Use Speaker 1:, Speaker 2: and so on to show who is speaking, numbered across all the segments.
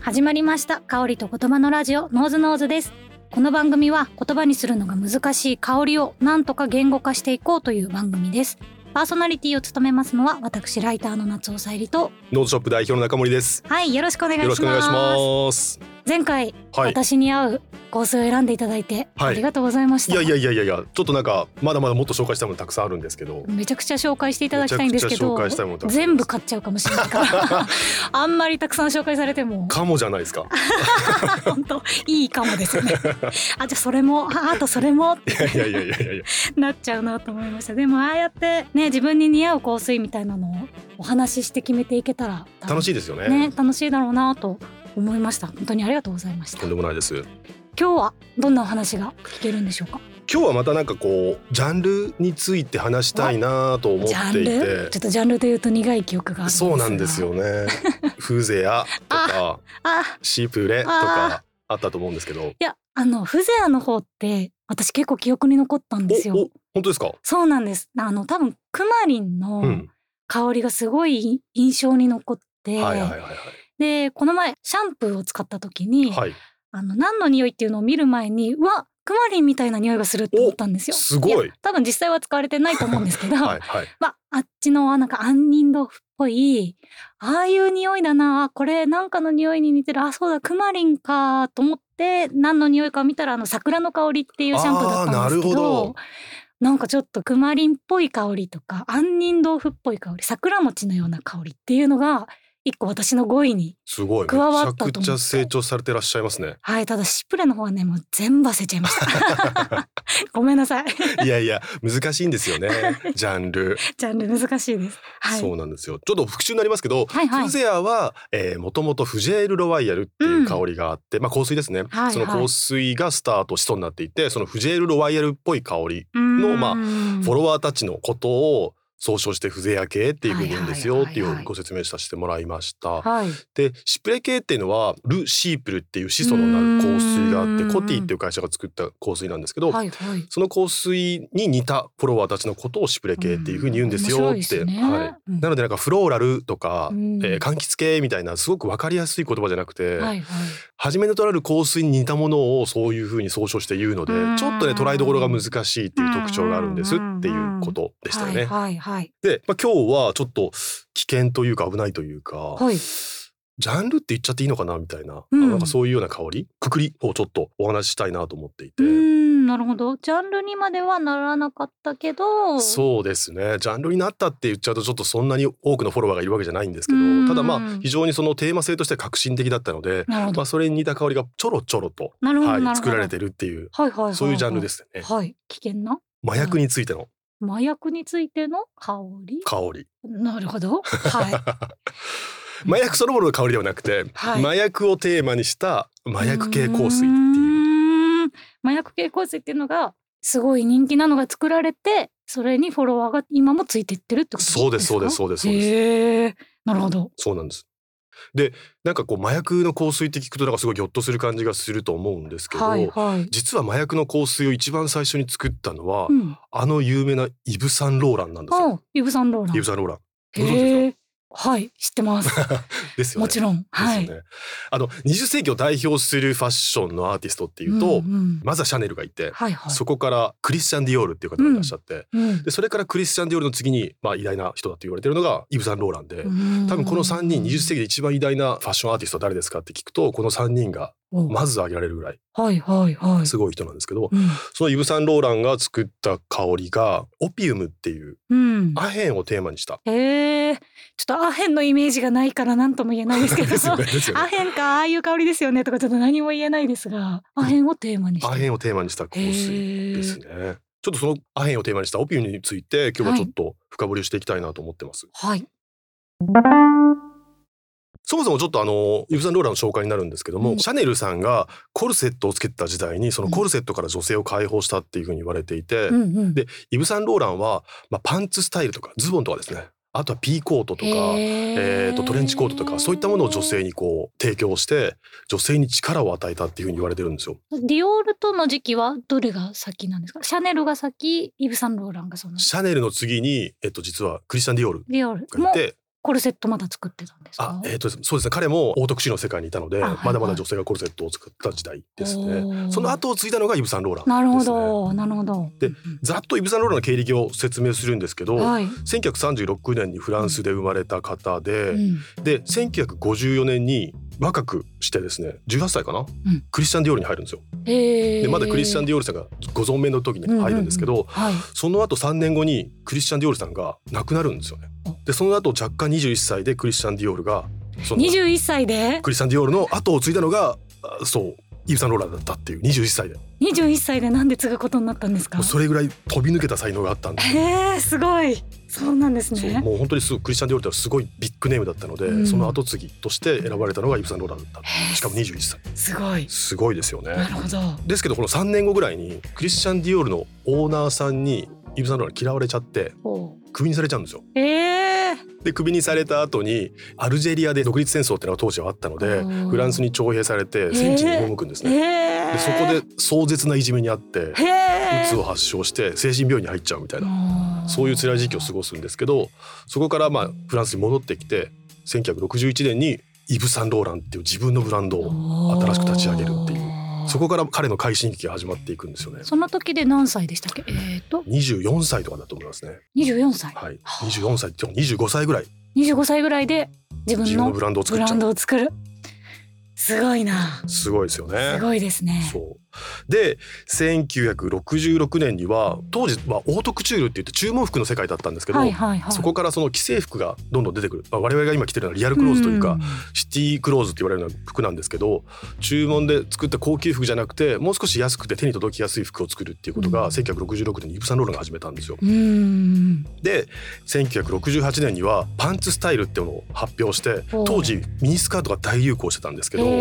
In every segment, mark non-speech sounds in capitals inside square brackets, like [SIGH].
Speaker 1: 始まりました香りと言葉のラジオノーズノーズですこの番組は言葉にするのが難しい香りをなんとか言語化していこうという番組ですパーソナリティを務めますのは私ライターの夏尾さゆりと
Speaker 2: ノートショップ代表の中森です。
Speaker 1: はいよろしくお願いし
Speaker 2: よろ
Speaker 1: ま
Speaker 2: し
Speaker 1: す
Speaker 2: くお願いします。
Speaker 1: 前回、
Speaker 2: はい。
Speaker 1: 私に合う香水を選んでいただいて、
Speaker 2: はい
Speaker 1: ありがとうございまし
Speaker 2: い
Speaker 1: た
Speaker 2: やいやいやいやいや、ちょっとなんかまだまだもっと紹介したいものたくさんあるんですけど。
Speaker 1: めちゃくちゃ紹介していただきたいんですけど
Speaker 2: めちゃくちゃ紹介したいものたくさん
Speaker 1: 全部買っちゃうかもしれないから
Speaker 2: [LAUGHS]
Speaker 1: あんまりたくさん紹介されても
Speaker 2: かもじゃないで
Speaker 1: [LAUGHS]
Speaker 2: すか。
Speaker 1: 本当いいかもですよねあじゃあそれもああとそれもって
Speaker 2: いやいやいやいやいやいや。
Speaker 1: なっちゃうなと思いましたでもああやってね自分に似合う香水みたいなのをお話しして決めていけたら
Speaker 2: 楽し
Speaker 1: い
Speaker 2: いですよね。
Speaker 1: ね楽しいだろうなと思いました本当にありがとうございました
Speaker 2: とんでもないです。今
Speaker 1: 今日はどんなお話が聞けるんでしょうか
Speaker 2: 日はまたなんかこうジャンルについて話したいなと思っ
Speaker 1: ジャン
Speaker 2: てい
Speaker 1: ルちょ
Speaker 2: て。
Speaker 1: っとジャンルというと苦い記憶がある
Speaker 2: そうなんですよね。
Speaker 1: [LAUGHS]
Speaker 2: 風情やとか
Speaker 1: あ
Speaker 2: シープレとかあったと思うんですけど。
Speaker 1: いやあのフゼアの方って私結構記憶に残ったんです
Speaker 2: お
Speaker 1: よ
Speaker 2: お本当ですか。
Speaker 1: そうなんですあの多分クマリン
Speaker 2: う
Speaker 1: の
Speaker 2: ん。
Speaker 1: 香りがすごい印象に残って、
Speaker 2: はいはいはいは
Speaker 1: でこの前シャンプーを使った時に、
Speaker 2: い。はい。
Speaker 1: あの何の匂いっていうのを見る前にうわクマリンみたいな匂いがするって思ったんですよ。
Speaker 2: すごい
Speaker 1: や多分実際は使われてないと思うんですけど、
Speaker 2: はいはい。
Speaker 1: [LAUGHS] まああっちのなんか杏仁豆腐っぽいああいう匂いだなあこれなんかの匂いに似てるあそうだクマリンかと思って何の匂いか見たらあの桜の香りっていうシャンプーだったんですけど
Speaker 2: あーなるほど
Speaker 1: なんかちょっとクマリンっぽい香りとか杏仁豆腐っぽい香り桜餅のような香りっていうのが一個私の5位に
Speaker 2: すごい。
Speaker 1: 加わったと思
Speaker 2: め
Speaker 1: って
Speaker 2: ちゃくちゃ成長されてらっしゃいま
Speaker 1: [LAUGHS]
Speaker 2: すね。
Speaker 1: はいただシプレの方はねもう全部忘れちゃいました
Speaker 2: [LAUGHS]
Speaker 1: ごめんなさい
Speaker 2: いやいや難しいんです
Speaker 1: [LAUGHS]
Speaker 2: よねジャンル、
Speaker 1: ジャンル難しいですはい
Speaker 2: そうなんですよちょっと復習になりますけど、
Speaker 1: はいはい
Speaker 2: フゼアはもともとフジェール・ロワイヤルっていう香りがあって、まあ香水ですね、
Speaker 1: はい
Speaker 2: その香水がスタートしそうになっていてそのフジェール・ロワイヤルっぽい香り、
Speaker 1: の
Speaker 2: まあフォロワーたちのことを総称してフゼア系っていうふうに言うんですよ
Speaker 1: はい
Speaker 2: っ
Speaker 1: はい
Speaker 2: て
Speaker 1: はいいはいう
Speaker 2: ご説明させてもらいました、
Speaker 1: はい
Speaker 2: でシプレ系っていうのはル・シープルっていう始祖のなる香水があ
Speaker 1: う
Speaker 2: っ
Speaker 1: ん
Speaker 2: てコティっていう会社が作った香水なんですけど、
Speaker 1: はいはい
Speaker 2: その香水に似たフォロワーたちのことをシプレ系っていうふうに言うんですよ
Speaker 1: 面白いで
Speaker 2: って、
Speaker 1: すね
Speaker 2: はい、
Speaker 1: うん
Speaker 2: なのでなんかフローラルとか、
Speaker 1: うん
Speaker 2: えー柑橘系みたいなすごく分かりやすい言葉じゃなく
Speaker 1: は
Speaker 2: て、
Speaker 1: いはい
Speaker 2: 初めのとられる香水に似たものをそういうふうに総称して言うので、
Speaker 1: うん
Speaker 2: ちょっとね捉えどころが難しいっていう特徴があるんですっていうことでしたよね。
Speaker 1: はいはい
Speaker 2: で、まあ、今日はちょっと危険というか危ないというか、
Speaker 1: はい。はい。
Speaker 2: ジャンルって言っちゃっていいのかなみたいな、
Speaker 1: うん
Speaker 2: あのなんかそういうような香りくくりをちょっとお話ししたいなと思っていて。
Speaker 1: うーん、なるほど。ジャンルにまではならなかったけど。
Speaker 2: そうですねジャンルになったって言っちゃうとちょっとそんなに多くのフォロワーがいるわけじゃないんですけど
Speaker 1: うん
Speaker 2: ただまあ非常にそのテーマ性として革新的だったので、
Speaker 1: なるほ
Speaker 2: ま
Speaker 1: ど
Speaker 2: あ、。それに似た香りがちょろちょろと、
Speaker 1: なるほど。な
Speaker 2: はい、
Speaker 1: るほ
Speaker 2: 作
Speaker 1: ど
Speaker 2: られてるっていう
Speaker 1: はいはいはいはい。
Speaker 2: そういうジャンルで。すね
Speaker 1: はい。危険な
Speaker 2: 麻薬についての
Speaker 1: 麻薬についての香り。
Speaker 2: 香り
Speaker 1: なるほど。はい。
Speaker 2: 麻薬そのものの香りではなくて、
Speaker 1: はい
Speaker 2: 麻薬をテーマにした麻薬系香水って
Speaker 1: う
Speaker 2: いう
Speaker 1: ーん。麻薬系香水っていうのがすごい人気なのが作られて、それにフォロワーが今もついてってるってことですか。
Speaker 2: そうですそうですそうですそうです
Speaker 1: へえ。なるほど。
Speaker 2: そうなんです。でなんかこう麻薬の香水って聞くとなんかすごいギョッとする感じがすると思うんですけど、
Speaker 1: はいはい。
Speaker 2: 実は麻薬の香水を一番最初に作ったのは、
Speaker 1: うん。
Speaker 2: あの有名なイブ・サンローランなんですよ。
Speaker 1: あ、イブサンローラン
Speaker 2: イブ・。サンローラン。ご存知ですか
Speaker 1: へえ。はい、知ってます。
Speaker 2: [LAUGHS] ですよね。
Speaker 1: もちろん。はい。
Speaker 2: ですよね。あの20世紀を代表するファッションのアーティストっていう
Speaker 1: ん
Speaker 2: と、
Speaker 1: ん
Speaker 2: まずはシャネルがいて、
Speaker 1: はいはい。
Speaker 2: そこからクリスチャン・ディオールっていう方がいらっしゃって、
Speaker 1: うん
Speaker 2: でそれからクリスチャン・ディオールの次に、まあ、偉大な人だと言われてるのがイブ・サンローランで。多分この3人20世紀で一番偉大なファッションアーティストは誰ですかって聞くとこの3人が
Speaker 1: お
Speaker 2: まず挙げられるぐらい
Speaker 1: はいはいはい。
Speaker 2: すごい人なんですけど
Speaker 1: うん
Speaker 2: そのイブ・サンローランが作った香りがオピウムっていう
Speaker 1: うん。
Speaker 2: アヘンをテーマにした。
Speaker 1: へえ。ちょっとアヘンのイメージがないから何とも言えないですけ
Speaker 2: [LAUGHS]
Speaker 1: ど。
Speaker 2: [LAUGHS] ですよね。ですよ
Speaker 1: ア
Speaker 2: ね。
Speaker 1: ヘンかああいう香りですよねとかちょっと何も言えないですが、アヘンをテーマにして。
Speaker 2: アヘンをテーマにした香水です
Speaker 1: へえ。
Speaker 2: ね。ちょっとそのアヘンをテーマにしたオピウムについて今日はちょっと深掘りをしていきたいなと思ってます。
Speaker 1: はい。
Speaker 2: そもそもちょっとあのイブ・サンローランの紹介になるんですけども、
Speaker 1: うん
Speaker 2: シャネルさんがコルセットをつけてた時代にそのコルセットから女性を解放したっていうふうに言われていて、
Speaker 1: うんうん。
Speaker 2: でイブ・サンローランは、まあ、パンツスタイルとかズボンとかですねあとはピーコートとか、え
Speaker 1: え
Speaker 2: ー、とトレンチコートとかそういったものを女性にこう提供して女性に力を与えたっていうふうに言われてるんですよ。
Speaker 1: ディオールとの時期はどれが先なんですかシャネルが先イヴ・サンローランがその
Speaker 2: シャネルの次に、えっと、実はクリスチャン・ディオール
Speaker 1: ディオール
Speaker 2: が
Speaker 1: も
Speaker 2: いて
Speaker 1: コルセットまだ作ってたんです
Speaker 2: あ
Speaker 1: か、
Speaker 2: えー、とですねそうですね彼もオートクシーの世界にいたので、
Speaker 1: あはいはい
Speaker 2: まだまだ女性がコルセットを作った時代です
Speaker 1: お
Speaker 2: ね。
Speaker 1: ー
Speaker 2: その後を継いだのがイブ・サンローランです、ね。
Speaker 1: なるほど、なるほど。
Speaker 2: で
Speaker 1: うんうん
Speaker 2: ざっとイブ・サンローランの経歴を説明するんですけど、
Speaker 1: はい。
Speaker 2: 1936年にフランスで生まれた方で、
Speaker 1: うん
Speaker 2: で1954年に若くしてですね18歳かな、
Speaker 1: ん
Speaker 2: クリスチャン・ディオールに入るんですよ。
Speaker 1: え
Speaker 2: でまだクリスチャン・ディオールさんがご存命の時に入るんですけど、
Speaker 1: はい。
Speaker 2: その後3年後にクリスチャン・ディオールさんが亡くなるんですよね
Speaker 1: あ。
Speaker 2: でその後若干21歳でクリスチャン・ディオールがその
Speaker 1: 二十一歳で。
Speaker 2: クリスチャン・ディオールの後を継いだのがあそうイブ・サンローランだったっていう21歳でも
Speaker 1: 二十一歳でなんで継ぐことになったんですか
Speaker 2: う。それぐらい飛び抜けた才能が
Speaker 1: [LAUGHS]
Speaker 2: あったんで。
Speaker 1: へえ、すごい。そうなんです
Speaker 2: そう
Speaker 1: ね。
Speaker 2: もう本当にすごいクリスチャン・ディオールってのはすごいビッグネームだったので、
Speaker 1: うん
Speaker 2: その後継ぎとして選ばれたのがイブ・サンローランだった
Speaker 1: へえ
Speaker 2: しかも21歳
Speaker 1: すごい。
Speaker 2: すごいですよね。
Speaker 1: なるほど。
Speaker 2: ですけどこの3年後ぐらいにクリスチャン・ディオールのオーナーさんにイブ・サンローラン嫌われちゃって
Speaker 1: ほ
Speaker 2: クビにされちゃうんですよ。
Speaker 1: うええ。
Speaker 2: でクビにされた後にアルジェリアで独立戦争っていうのが当時はあったので
Speaker 1: うん
Speaker 2: フランスに徴兵されて戦地に赴くんです
Speaker 1: え
Speaker 2: ね。
Speaker 1: え。
Speaker 2: でそこで壮絶ないじめにあって
Speaker 1: へえ。
Speaker 2: うつを発症して精神病院に入っちゃうみたいな
Speaker 1: あー
Speaker 2: そういう辛い時期を過ごすんですけどそこからまあフランスに戻ってきて1961年にイブ・サンローランっていう自分のブランドを新しく立ち上げるっていう
Speaker 1: う
Speaker 2: そこから彼の快進撃が始まっていくんですよね。
Speaker 1: その時で何歳でしたっけ。えっと、
Speaker 2: 24歳とかだと思いますね。
Speaker 1: 二十四歳。
Speaker 2: はい、24歳って25歳ぐらい
Speaker 1: 二十五歳ぐらいで自分
Speaker 2: 自分の
Speaker 1: の
Speaker 2: ブランドを
Speaker 1: ブ
Speaker 2: 作っ
Speaker 1: ラ
Speaker 2: ちゃ
Speaker 1: ン
Speaker 2: う
Speaker 1: ドを作る。すごいな。
Speaker 2: すごいですよね。
Speaker 1: すごいですね。
Speaker 2: そうで1966年には当時はオートクチュールって言って注文服の世界だったんですけど、
Speaker 1: はいはいはい。
Speaker 2: そこからその既製服がどんどん出てくる、まあ、我々が今着てるのはリアルクローズというか、
Speaker 1: ん
Speaker 2: シティクローズって言われるような服なんですけど注文で作った高級服じゃなくてもう少し安くて手に届きやすい服を作るっていうこと
Speaker 1: うん
Speaker 2: が1966年にイブ・サンローランが始めたんですよ。
Speaker 1: うん。
Speaker 2: で1968年にはパンツスタイルっていうのを発表して
Speaker 1: おう
Speaker 2: 当時ミニスカートが大流行してたんですけど。そ
Speaker 1: へ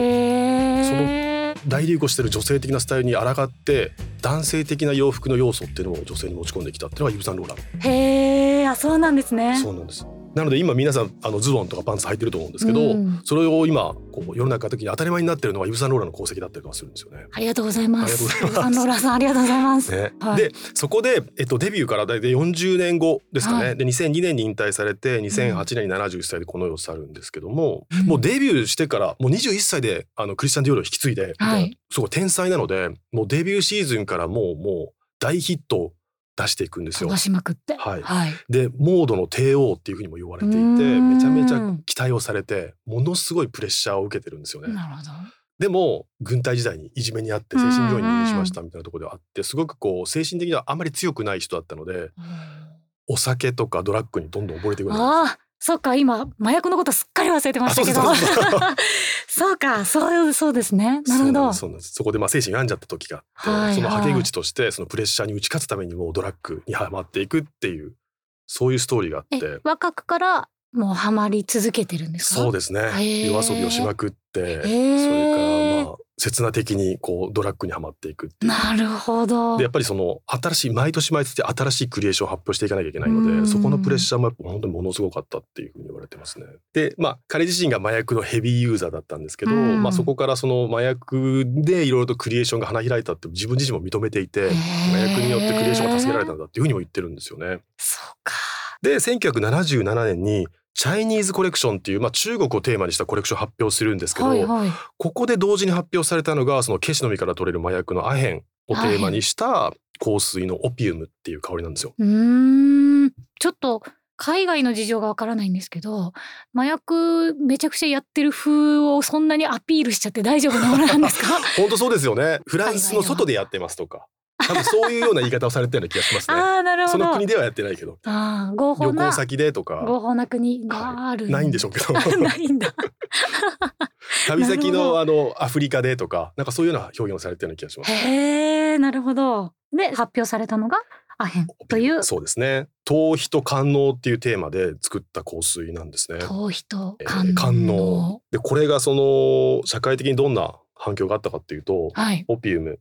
Speaker 1: ー
Speaker 2: 大流行してる女性的なスタイルに抗って男性的な洋服の要素っていうのを女性に持ち込んできたっていうのがイブ・サンローラン
Speaker 1: へーあそうなんですね。
Speaker 2: そうなんですなので今皆さんあのズボンとかパンツ履いてると思うんですけど、
Speaker 1: うん
Speaker 2: それを今こう世の中的に当たり前になってるのがイブ・サンローランの功績だったりとかするんですよね。
Speaker 1: ありがとうございます。
Speaker 2: ありがとうございます
Speaker 1: アンローラさんありがとうございます。
Speaker 2: ね
Speaker 1: はい
Speaker 2: でそこで、えっと、デビューから大体40年後ですかね、
Speaker 1: は
Speaker 2: で2002年に引退されて2008年に71歳でこの世を去るんですけども、
Speaker 1: うん
Speaker 2: もうデビューしてからもう21歳であのクリスチャン・ディオールを引き継いで、
Speaker 1: はい
Speaker 2: すごい天才なのでもうデビューシーズンからもうもう大ヒットを出していくんです
Speaker 1: 飛
Speaker 2: よ
Speaker 1: ば。しまくって。
Speaker 2: はい
Speaker 1: はい。
Speaker 2: でモードの帝王っていうふうにも言われていて
Speaker 1: うーん
Speaker 2: めちゃめちゃ期待をされてものすごいプレッシャーを受けてるんですよね。
Speaker 1: なるほど。
Speaker 2: でも軍隊時代にいじめにあって精神病院に入院しましたみたいなところではあってすごくこう精神的にはあまり強くない人だったのでお酒とかドラッグにどんどん溺れていくようになる
Speaker 1: ああ、そっか今麻薬のことすっかり忘れてましたけど
Speaker 2: あそうですそうで。
Speaker 1: [LAUGHS] そうかそうそうですね。なるほど。
Speaker 2: そうなんですそうなんですそこでまあ精神病んじゃった時があって、
Speaker 1: はい
Speaker 2: その
Speaker 1: はい
Speaker 2: はけ口としてそのプレッシャーに打ち勝つためにもうドラッグにはまっていくっていうそういうストーリーがあっ
Speaker 1: え
Speaker 2: て
Speaker 1: 若くからもうハマり続けてるんですか。
Speaker 2: そうですね
Speaker 1: ー
Speaker 2: 夜遊びをしまくってそ
Speaker 1: ー
Speaker 2: れからまあ刹那的にこうドラッグにはまっていくっていう
Speaker 1: なるほど。
Speaker 2: でやっぱりその新しい毎年毎年新しいクリエーションを発表していかなきゃいけないうの
Speaker 1: ん
Speaker 2: でそこのプレッシャーもやっぱ本当にものすごかったっていうふうに言われてますね。でまあ彼自身が麻薬のヘビーユーザーだったんですけど、
Speaker 1: うん
Speaker 2: まあ、そこからその麻薬でいろいろとクリエーションが花開いたって自分自身も認めていて麻薬によってクリエーションが助けられた
Speaker 1: へー
Speaker 2: んだっていうふうにも言ってるんですよね。
Speaker 1: そうか。
Speaker 2: で1977年にチャイニーズコレクションっていう、まあ、中国をテーマにしたコレクションを発表するんですけど、
Speaker 1: はいはい。
Speaker 2: ここで同時に発表されたのがそのケシの実から取れる麻薬のアヘンをテーマにした香水のオピウムっていう香りなんですよ。
Speaker 1: うーん。ちょっと海外の事情がわからないんですけど、麻薬めちゃくちゃやってる風をそんなにアピールしちゃって大丈夫なものなんですか？
Speaker 2: 本 [LAUGHS] 当そうですよね。フランスの外でやってますとか、多分そういうような言い方をされてるような気がしますね。
Speaker 1: ああなるほ
Speaker 2: そ
Speaker 1: ど。
Speaker 2: の国
Speaker 1: あ
Speaker 2: ではやってないけど、
Speaker 1: あー合法
Speaker 2: 旅行
Speaker 1: な
Speaker 2: 先でと
Speaker 1: 合
Speaker 2: か
Speaker 1: 法な国がある、
Speaker 2: ないんでしょうけど、
Speaker 1: う [LAUGHS] ない
Speaker 2: [LAUGHS]
Speaker 1: んだ。
Speaker 2: 旅先
Speaker 1: なるほど
Speaker 2: のあのアフリカでとか、なんかそういうような表現をされてるような気がします。
Speaker 1: へえなるほど。で発表されたのがアヘンという
Speaker 2: そうですね。頭皮と官能っていうテーマで作った香水なんですね。
Speaker 1: 頭皮と
Speaker 2: えー
Speaker 1: 官能。
Speaker 2: 官能でこれがその社会的にどんな反響があったかっていうと、
Speaker 1: はい。
Speaker 2: オピウム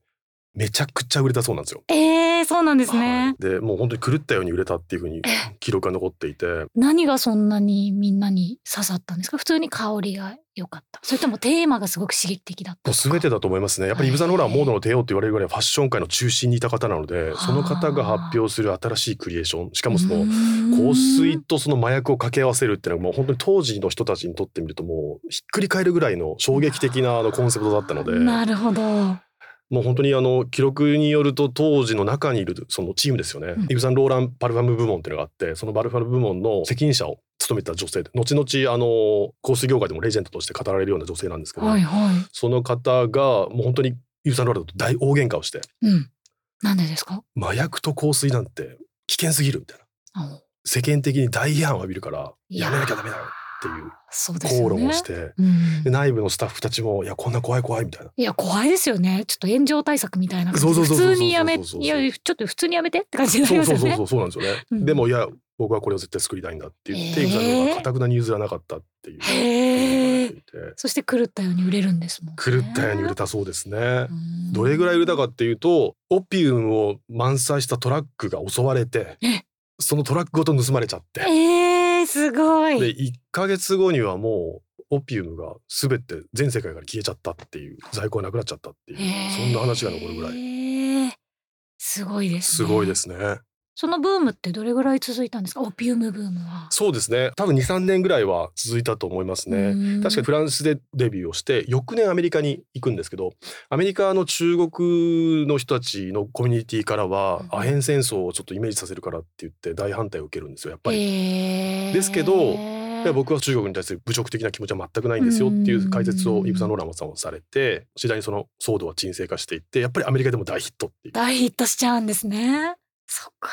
Speaker 2: めちゃくちゃ売れたそうなんですよ。
Speaker 1: えー、そうなんですね。
Speaker 2: はいでもう本当に狂ったように売れたっていうふうに記録が残っていて
Speaker 1: 何がそんなにみんなに刺さったんですか普通に香りが良かったそれともテーマがすごく刺激的だった
Speaker 2: もう
Speaker 1: とか
Speaker 2: 全てだと思いますねやっぱりイブ・ザ・ノーランはモードの帝王と言われるぐらいファッション界の中心にいた方なのでその方が発表する新しいクリエーションしかもその香水とその麻薬を掛け合わせるっていうのはもう本当に当時の人たちにとってみるともうひっくり返るぐらいの衝撃的なあのコンセプトだったので
Speaker 1: なるほど
Speaker 2: もう本当にあの記録によると当時の中にいるそのチームですよね、
Speaker 1: うん
Speaker 2: イブ・サンローラン・パルファム部門っていうのがあってそのパルファム部門の責任者を務めた女性で後々あの香水業界でもレジェンドとして語られるような女性なんですけど、
Speaker 1: はいは
Speaker 2: その方がもう本当にイブ・サンローランと大大喧嘩をして
Speaker 1: いうんなんでですか
Speaker 2: 麻薬と香水なんて危険すぎるみたいな
Speaker 1: あ
Speaker 2: 世間的に大批判を浴びるから
Speaker 1: いや
Speaker 2: やめなきゃダメだよっていう
Speaker 1: そうですよ
Speaker 2: 口
Speaker 1: ね
Speaker 2: 論をして、
Speaker 1: うん
Speaker 2: で、内部のスタッフたちも「いやこんな怖い怖い」みたいない
Speaker 1: や怖いですよねちょっと炎上対策みたいな感じ
Speaker 2: そう
Speaker 1: で
Speaker 2: そう
Speaker 1: 普
Speaker 2: そうそう
Speaker 1: 通にやめ
Speaker 2: そうそうそう
Speaker 1: いやちょっと普通にやめてって感じになり
Speaker 2: そう
Speaker 1: ます
Speaker 2: そ
Speaker 1: よね
Speaker 2: うそうそうそうなんですよね、
Speaker 1: うん
Speaker 2: でもいや僕はこれを絶対作りたいんだって言って
Speaker 1: えー
Speaker 2: イブさんの方がかたくなに譲らなかったっていう
Speaker 1: へえ
Speaker 2: 言われて
Speaker 1: そして狂ったように売れるんですもん、ね、
Speaker 2: いて狂ったように売れたそうですね
Speaker 1: う、ん
Speaker 2: どれぐらい売れたかっていうとオピウムを満載したトラックが襲われて
Speaker 1: え
Speaker 2: そのトラックごと盗まれちゃって
Speaker 1: えー、すご
Speaker 2: で
Speaker 1: い
Speaker 2: 1ヶ月後にはもうオピウムが全て全世界から消えちゃったっていう在庫がなくなっちゃったっていうそんな話が残るぐらい
Speaker 1: いすごいです、
Speaker 2: す
Speaker 1: ね、
Speaker 2: ごいですね。
Speaker 1: そのブームってどれぐらい続いたんですかオピウムブームは
Speaker 2: そうですね多分23年ぐらいは続いたと思いますね。
Speaker 1: ね
Speaker 2: 確かフランスでデビューをして翌年アメリカに行くんですけどアメリカの中国の人たちのコミュニティからは
Speaker 1: うん
Speaker 2: アヘン戦争をちょっとイメージさせるからって言って大反対を受けるんですよやっぱり。
Speaker 1: えー
Speaker 2: ですけどいや僕は中国に対する侮辱的な気持ちは全くないんですよっていう解説
Speaker 1: う
Speaker 2: を
Speaker 1: ん
Speaker 2: イブ・サンローランさんはされて次第にその騒動は沈静化していってやっぱりアメリカでも大ヒットっていう。
Speaker 1: 大ヒットしちゃうんですねそっか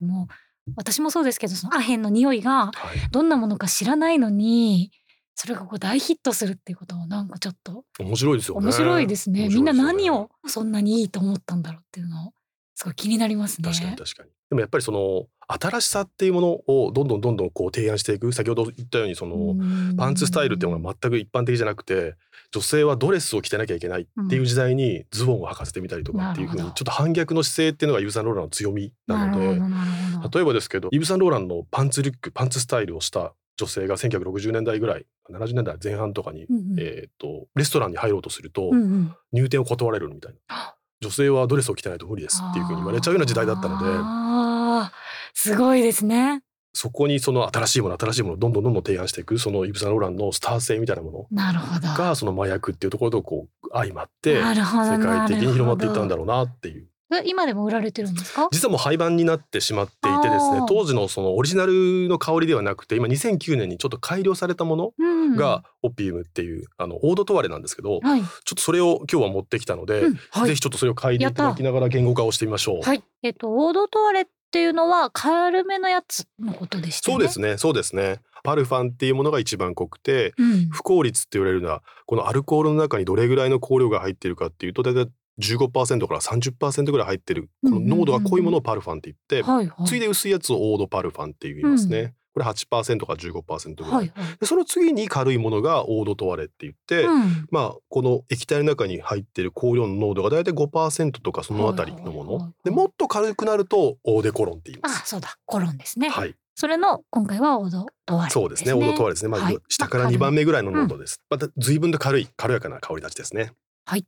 Speaker 1: もう私もそうですけどそのアヘンの匂いが
Speaker 2: はい
Speaker 1: どんなものか知らないのにそれがこう大ヒットするっていうことはなんかちょっと
Speaker 2: 面白いですよね。
Speaker 1: 面白いですね
Speaker 2: 面
Speaker 1: みん
Speaker 2: 白
Speaker 1: ない
Speaker 2: です
Speaker 1: 何
Speaker 2: よ
Speaker 1: をそんなにいいと思ったんだろうっていうのをすごい気になりますね
Speaker 2: 確かに確かに。でもやっぱりその新しさっていうものをどんどんどんどんこう提案していく先ほど言ったようにその、
Speaker 1: うん
Speaker 2: パンツスタイルっていうのが全く一般的じゃなくて女性はドレスを着てなきゃいけないっていう時代にズボンを履かせてみたりとかっていうふうに
Speaker 1: なるほ
Speaker 2: ちょっ
Speaker 1: ど
Speaker 2: と反逆の姿勢っていうのがイブ・サンローランの強みなの
Speaker 1: るほ
Speaker 2: で
Speaker 1: どなるほど
Speaker 2: 例えばですけどイブ・サンローランのパンツリュックパンツスタイルをした女性が1960年代ぐらい70年代前半とかに、
Speaker 1: うんうん
Speaker 2: えー、とレストランに入ろうとすると
Speaker 1: うんうん
Speaker 2: 入店を断られるみたいな。女性はドレスを着てないと無理ですっていうふうに言われちゃうような時代だったので
Speaker 1: あーすごいですね。
Speaker 2: そこにその新しいもの新しいものをどんどんどんどん提案していくそのイブ・サンローランのスター性みたいなもの
Speaker 1: なるほど。
Speaker 2: がその麻薬っていうところとこう相まって
Speaker 1: なるほど
Speaker 2: 世界的に広まっていっ
Speaker 1: な
Speaker 2: たん
Speaker 1: る
Speaker 2: だろうなっていう
Speaker 1: ほどえ今でも売られてるんですか？
Speaker 2: 実はもう廃盤になってしまっていてです
Speaker 1: あ
Speaker 2: ね
Speaker 1: ー
Speaker 2: 当時のそのオリジナルの香りではなくて今2009年にちょっと改良されたもの
Speaker 1: うん
Speaker 2: がオピウムっていうあのオードトワレなんですけどちょっ
Speaker 1: はい。
Speaker 2: とそれを今日は持ってきたので
Speaker 1: うんは
Speaker 2: ぜ
Speaker 1: い
Speaker 2: ひ。ちょっとそれを嗅いでいただきながら言語化をしてみましょう。
Speaker 1: はい。えっと王道トワレっていうのは軽めのやつのことでしたね。
Speaker 2: そうですねそうですねパルファンっていうものが一番濃くて
Speaker 1: うん。
Speaker 2: 不効率って言われるのはこのアルコールの中にどれぐらいの香料が入ってるかっていうと大体15%から30%ぐらい入ってるこの濃度が濃いものをパルファンって言って、
Speaker 1: はいはい。
Speaker 2: 次い
Speaker 1: で
Speaker 2: で薄いやつをオードパルファンって言いますね、これ8%から15%ぐらい、
Speaker 1: はいはい。
Speaker 2: でその次に軽いものがオードトワレって言って、
Speaker 1: うん。
Speaker 2: まあこの液体の中に入ってる香料の濃度が大体5%とかそのあたり
Speaker 1: は
Speaker 2: のも
Speaker 1: いはいはいは
Speaker 2: の
Speaker 1: い
Speaker 2: でもっと軽くなるとオーデコロンって言い
Speaker 1: あ
Speaker 2: ます。
Speaker 1: そうだコロンですね。
Speaker 2: はい
Speaker 1: それの今回は王道トワレですね。
Speaker 2: そうですね。オードトワレですね。ま
Speaker 1: は
Speaker 2: あ
Speaker 1: い
Speaker 2: 下から
Speaker 1: まあ
Speaker 2: 2番目ぐらいの濃度です。また随分と軽い軽やかな香り立ちですね。
Speaker 1: はい。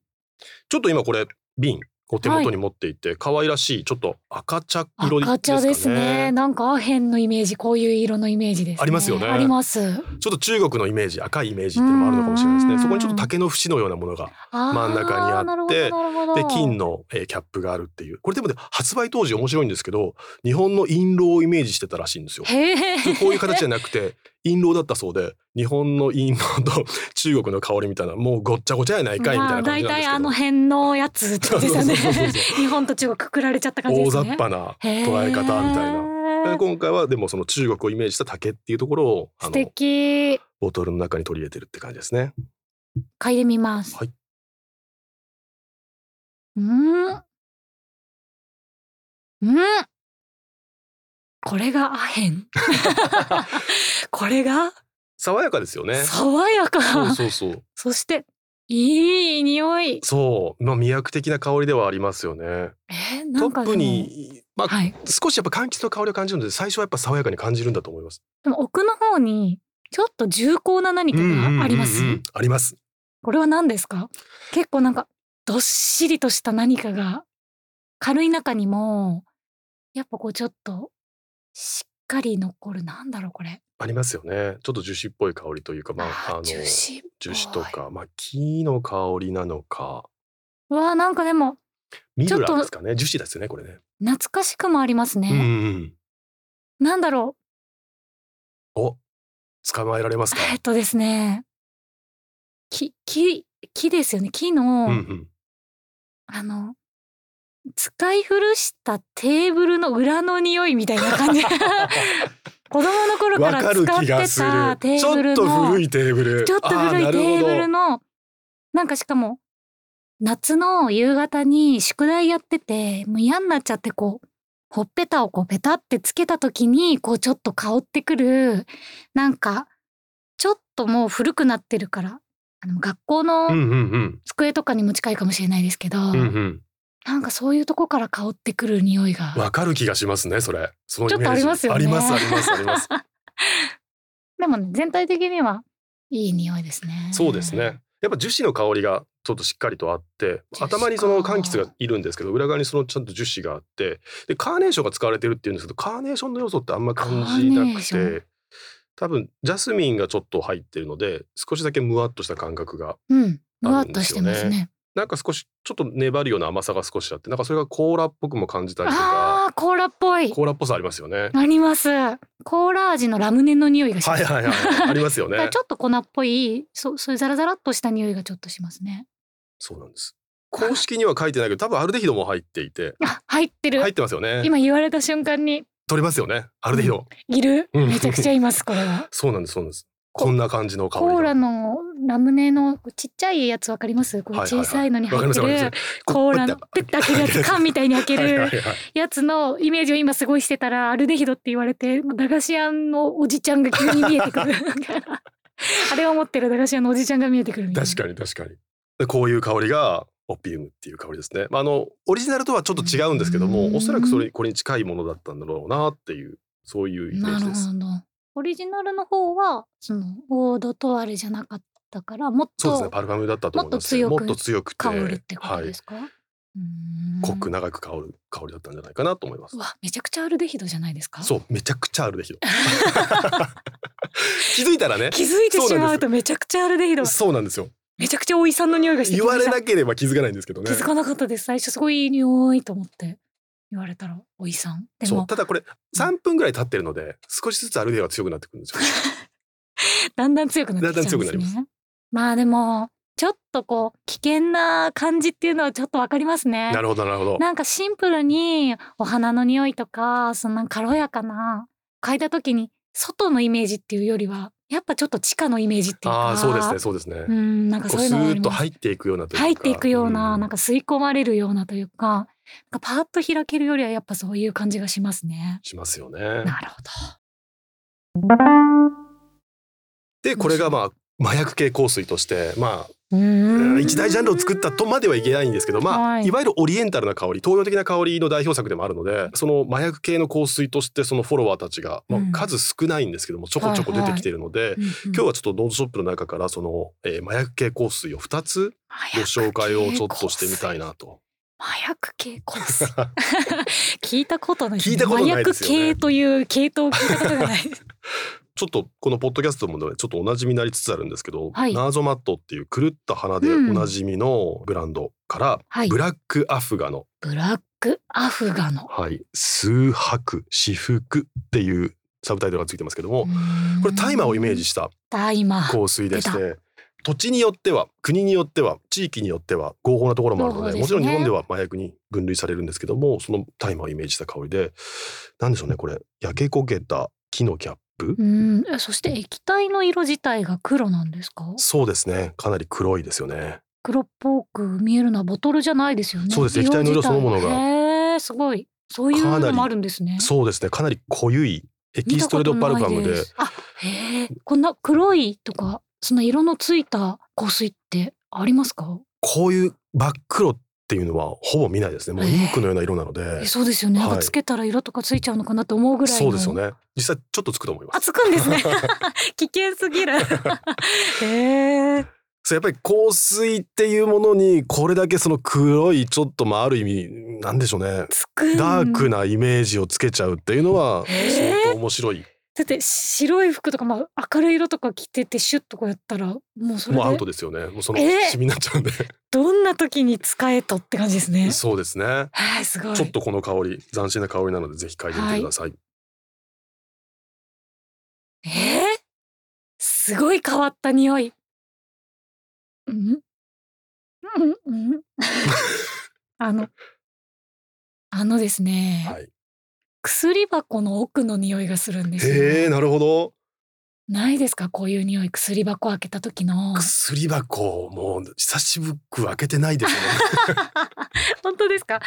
Speaker 2: ちょっと今これ瓶を手元に持っていて可愛らしいちょっと赤茶色ですかね。
Speaker 1: 赤茶ですね。なんかアヘンのイメージ、こういう色のイメージです、ね。
Speaker 2: ありますよね
Speaker 1: あります。
Speaker 2: ちょっと中国のイメージ赤いイメージっていうのもあるのかもしれないです
Speaker 1: う
Speaker 2: ね。
Speaker 1: ん
Speaker 2: そこにちょっと竹の節のようなものが
Speaker 1: 真
Speaker 2: 真ん中にあってで金
Speaker 1: の
Speaker 2: の、えーキャップがあるっていうこれでもね発売当時面白いんですけど日本の印籠をイメージしてたらしいんですよ。
Speaker 1: へ
Speaker 2: 普
Speaker 1: え
Speaker 2: 通こういう形じゃなくて印籠だったそうで日本の印籠と [LAUGHS] 中国の香りみたいなもうごっちゃごちゃやないかいみたいな感じなん
Speaker 1: まあ大
Speaker 2: で
Speaker 1: 体
Speaker 2: す
Speaker 1: あ
Speaker 2: けど
Speaker 1: の。辺のやつってことですよね
Speaker 2: そうそうそうそう
Speaker 1: 日本と中国くくられちゃった感じで
Speaker 2: 大
Speaker 1: す
Speaker 2: 雑
Speaker 1: ね
Speaker 2: 把な
Speaker 1: へえ
Speaker 2: 捉え方みたいな。で今回はでもその中国をイメージした竹っていうところをあ
Speaker 1: 素
Speaker 2: の
Speaker 1: 敵
Speaker 2: ボトルの中に取り入れてるって感じですね。
Speaker 1: 嗅いでみます、
Speaker 2: はいう
Speaker 1: ーんうんこれがアヘン [LAUGHS] これが
Speaker 2: 爽やかですよね。
Speaker 1: 爽やか
Speaker 2: そうそうそう。
Speaker 1: そしていい匂い。
Speaker 2: そう、まあ、魅惑的な香りではありますよね。
Speaker 1: えー、な
Speaker 2: ト
Speaker 1: んか
Speaker 2: ッ
Speaker 1: でも
Speaker 2: プに、まあ、
Speaker 1: はい。
Speaker 2: 少しやっぱ柑橘の香りを感じるので、最初はやっぱ爽やかに感じるんだと思います。
Speaker 1: でも奥の方にちょっと重厚な何かがあります。
Speaker 2: うんうんうんうんあります。
Speaker 1: これは何ですか？結構なんかどっしりとした何かが軽い中にもやっぱこうちょっとしっかり残るなんだろうこれ。
Speaker 2: ありますよね。ちょっと樹脂っぽい香りというか、まあ、あの、
Speaker 1: ジューシーっぽい
Speaker 2: 樹脂と。か、まあ、木の香りなのか。
Speaker 1: うわあなんかでも
Speaker 2: ミ
Speaker 1: ちょ
Speaker 2: ル
Speaker 1: っと
Speaker 2: ラですかね。樹脂ですよね、これね。
Speaker 1: 懐かしくもあります
Speaker 2: うん
Speaker 1: ね。
Speaker 2: うん
Speaker 1: なんだろ
Speaker 2: うん。お、捕まえられます
Speaker 1: う
Speaker 2: か。
Speaker 1: えっとですね木木木ですよね木の、
Speaker 2: うんうん。
Speaker 1: あの使い古したテーブルの裏の匂いみたいな感じ [LAUGHS] 子供の頃か
Speaker 2: [LAUGHS] わ
Speaker 1: ら使
Speaker 2: かる
Speaker 1: って
Speaker 2: 気がす
Speaker 1: たテ
Speaker 2: る。ち
Speaker 1: ーブ
Speaker 2: ょ
Speaker 1: ル
Speaker 2: っと
Speaker 1: の
Speaker 2: 古いテーブル。
Speaker 1: ちょっと古いテ
Speaker 2: あなるほど
Speaker 1: ーブルのなんかしかも夏の夕方に宿題やっててもう嫌になっちゃってこうほっぺたをこうペタってつけた時にこうちょっと香ってくるなんかちょっともう古くなってるからあの学校
Speaker 2: う
Speaker 1: の
Speaker 2: んうんうん。
Speaker 1: 机とかにも近いかもしれないですけど、
Speaker 2: うんうん。
Speaker 1: なんかそういうとこから香ってくる匂いが
Speaker 2: わかる気がしますね、それ。その
Speaker 1: ちょっ
Speaker 2: イメ
Speaker 1: とあ
Speaker 2: ー
Speaker 1: り
Speaker 2: ジ。
Speaker 1: ますよね
Speaker 2: あります、あります、あります。
Speaker 1: でも、ね、全体的にはいい匂いですね。
Speaker 2: そうですね。やっぱ樹脂の香りがちょっとしっかりとあって
Speaker 1: 樹脂か
Speaker 2: 頭にその柑橘がいるんですけど裏側にそのちゃんと樹脂があってでカーネーションが使われてるっていうんですけどカーネーションの要素ってあんま感じ
Speaker 1: カー
Speaker 2: な
Speaker 1: ネー
Speaker 2: く
Speaker 1: ショ
Speaker 2: て多分ジャスミンがちょっと入ってるので少しだけむわっとした感覚が
Speaker 1: うん、
Speaker 2: あ
Speaker 1: ふわっ
Speaker 2: るん
Speaker 1: と
Speaker 2: で
Speaker 1: し
Speaker 2: す
Speaker 1: て
Speaker 2: よね
Speaker 1: ますね。
Speaker 2: なんか少しちょっと粘るような甘さが少しあってなんかそれがコーラっぽくも感じたりとか
Speaker 1: ああー、コーラっぽい。
Speaker 2: コーラっぽさありますよね。
Speaker 1: あります。コーラ味のラムネの匂いがしま
Speaker 2: はい
Speaker 1: す。 [LAUGHS]
Speaker 2: はいはいありますよ
Speaker 1: だから
Speaker 2: ね
Speaker 1: ち。ょっと粉っぽい、そう、そういうザラザラっとした匂いがちょっとしますね。
Speaker 2: そうなんです。公式には書いてないけど多分アルデヒドも入っていて
Speaker 1: あ、入ってる。
Speaker 2: 入ってますよね。
Speaker 1: 今言われた瞬間に、
Speaker 2: 取れますよねアルデヒド。
Speaker 1: いる。
Speaker 2: うん。
Speaker 1: めちゃくちゃいます、これは
Speaker 2: そうなんですそうなんです。
Speaker 1: こ
Speaker 2: こんな感じ [LAUGHS] の香り
Speaker 1: コ
Speaker 2: が。
Speaker 1: ーラのラムネのちっちゃいやつわかりますこう
Speaker 2: はいはいは
Speaker 1: 小
Speaker 2: い
Speaker 1: さいのに入
Speaker 2: わかり
Speaker 1: っ
Speaker 2: ます
Speaker 1: て
Speaker 2: わかり
Speaker 1: る
Speaker 2: ま
Speaker 1: コーラの
Speaker 2: こ
Speaker 1: ペッて開けるやつ缶みたいに開け
Speaker 2: [LAUGHS] はいは
Speaker 1: る
Speaker 2: いはい
Speaker 1: やつのイメージを今すごいしてたらアルデヒドって言われて駄菓子屋のおじちゃんが急に見えてく
Speaker 2: [LAUGHS]
Speaker 1: るあれを持ってる駄菓子屋のおじちゃんが見えてくるみたいな
Speaker 2: 確かに確かに。でこういう香りがオピウムっていう香りですね。まああのオリジナルとはちょっと違うんですけど
Speaker 1: う
Speaker 2: も、
Speaker 1: ん
Speaker 2: おそらくそれこれに近いものだったんだろうなっていうそういうイメー
Speaker 1: な
Speaker 2: ジ
Speaker 1: るほ
Speaker 2: です。
Speaker 1: どオリジナルの方はそのオードとあれじゃなかったからもっ
Speaker 2: そうですね
Speaker 1: と
Speaker 2: パルファムだったと思います、
Speaker 1: も
Speaker 2: も
Speaker 1: っ
Speaker 2: っ
Speaker 1: と
Speaker 2: と強くて
Speaker 1: 香るってこと
Speaker 2: は
Speaker 1: で
Speaker 2: い
Speaker 1: すか、うーん
Speaker 2: 濃く長く香る香りだったんじゃないかなと思います
Speaker 1: う。わめちゃくちゃアルデヒドじゃないですか
Speaker 2: そうめちゃくちゃアルデヒド。 [LAUGHS] 気づいたらね。
Speaker 1: 気づいてし
Speaker 2: そう
Speaker 1: ま
Speaker 2: なん
Speaker 1: う
Speaker 2: で
Speaker 1: とめちゃくちゃアルデヒド
Speaker 2: そうなんですよ。
Speaker 1: めちゃくちゃおいさんの匂いがしてき
Speaker 2: 言
Speaker 1: ま
Speaker 2: わ
Speaker 1: した
Speaker 2: れなければ気づかないんですけどね。
Speaker 1: 気づかなかったです最初すごいいい匂いと思って言われたらおいさんで
Speaker 2: そう
Speaker 1: も
Speaker 2: ただこれ3分ぐらい経ってるので少しずつアルデヒドが強くなってくるんです
Speaker 1: [LAUGHS]
Speaker 2: よ。
Speaker 1: だんだん強くなってきちゃうんで
Speaker 2: だんだん強くな
Speaker 1: す
Speaker 2: り
Speaker 1: ね
Speaker 2: ま
Speaker 1: まあでもちょっとこう危険な感じっていうのはちょっとわかりますね
Speaker 2: なるほどなるほど。
Speaker 1: なんかシンプルにお花の匂いとかそんな軽やかな嗅いだ時に外のイメージっていうよりはやっぱちょっと地下のイメージっていうか
Speaker 2: ああーそうですねそうですね。
Speaker 1: うんなんか
Speaker 2: こ
Speaker 1: そうういう
Speaker 2: ス
Speaker 1: のはあり
Speaker 2: ーッと
Speaker 1: ます
Speaker 2: 入っていくようなというか
Speaker 1: 入っていくような、なん
Speaker 2: か
Speaker 1: か吸い込まれるようなというかなんかパーッと開けるよりはやっぱそういう感じがしますね。
Speaker 2: しますよね。
Speaker 1: なるほど
Speaker 2: でこれがまあ麻薬系香水としてまあ
Speaker 1: うーん
Speaker 2: 一大ジャンルを作ったとまではいけないんですけどま
Speaker 1: は
Speaker 2: あ
Speaker 1: い
Speaker 2: いわゆるオリエンタルな香り東洋的な香りの代表作でもあるのでその麻薬系の香水としてそのフォロワーたちがま
Speaker 1: うん
Speaker 2: あ数少ないんですけどもちょこちょこ出てきているので
Speaker 1: うんうん
Speaker 2: 今日はちょっとノーズショップの中からそのえー麻薬系香水を2つご紹介をちょっとしてみたいなと。
Speaker 1: 麻薬系香水
Speaker 2: [LAUGHS]
Speaker 1: 聞いたことない
Speaker 2: 聞いたことないですよね
Speaker 1: 麻薬系という系統を聞いたことがない
Speaker 2: [LAUGHS] ちょっとこのポッドキャストもねちょっとおなじみになりつつあるんですけど、
Speaker 1: はい
Speaker 2: ナーゾマットっていう狂った花でおなじみのブランドから、
Speaker 1: はい
Speaker 2: ブラックアフガの、
Speaker 1: ブラックアフガの
Speaker 2: はい、数白私服っていうサブタイトルがついてますけども、これタイマーをイメージ
Speaker 1: し
Speaker 2: した
Speaker 1: タイマー
Speaker 2: 香水でして土地によっては国によっては地域によっては合法なところもあるので
Speaker 1: 合法ですね
Speaker 2: もちろん日本では麻薬に分類されるんですけどもそのタイマーをイメージした香りでなんでしょうねこれ焼け焦げた木のキャップ、
Speaker 1: うんえそして液体の色自体が黒なんですか
Speaker 2: そうですねかなり黒いですよね。
Speaker 1: 黒っぽく見えるのはボトルじゃないですよね
Speaker 2: そうです液体の色そのものが
Speaker 1: 自体へえすごいそういうのもあるんですね
Speaker 2: そうですねかなり濃ゆいエキ
Speaker 1: 見
Speaker 2: ス
Speaker 1: た
Speaker 2: ト
Speaker 1: こ
Speaker 2: レド
Speaker 1: と
Speaker 2: パルフ
Speaker 1: な
Speaker 2: ァ
Speaker 1: い
Speaker 2: ムです
Speaker 1: あへえこんな黒いとかその色のついた香水ってありますか
Speaker 2: こういう真っ黒っていうのはほぼ見ないですねもうインクのような色なので、
Speaker 1: えそうですよね、
Speaker 2: はい
Speaker 1: なんかつけたら色とかついちゃうのかなって思うぐらい
Speaker 2: そ
Speaker 1: の
Speaker 2: うですよね実際ちょっとつくと思いま
Speaker 1: あ
Speaker 2: す
Speaker 1: つくん
Speaker 2: [LAUGHS]
Speaker 1: ですね危険すぎるへえ
Speaker 2: そうやっぱり香水っていうものにこれだけその黒いちょっとまあある意味なんでしょうね
Speaker 1: つくん
Speaker 2: ダークなイメージをつけちゃうっていうのは
Speaker 1: へー
Speaker 2: 相当面白い、
Speaker 1: だって白い服とか、まあ、明るい色とか着ててシュッとこうやったらもうそれ
Speaker 2: もうアウ
Speaker 1: で
Speaker 2: トですよねもうその
Speaker 1: えー
Speaker 2: シミになっちゃうんで、
Speaker 1: どんな時に使えとって感じですね。
Speaker 2: そうですね
Speaker 1: はいすごい。
Speaker 2: ちょっとこの香り斬新な香りなのでぜひ嗅いでみてください、
Speaker 1: えー、すごい変わった匂い。うんうんうん [LAUGHS] あのあのですね、
Speaker 2: はい
Speaker 1: 薬箱の奥の匂いがするんですよ。
Speaker 2: へえなるほど
Speaker 1: ないですかこういう匂い薬箱開けた時の
Speaker 2: 薬箱もう久しぶく開けてないですよ
Speaker 1: [LAUGHS] 本当ですか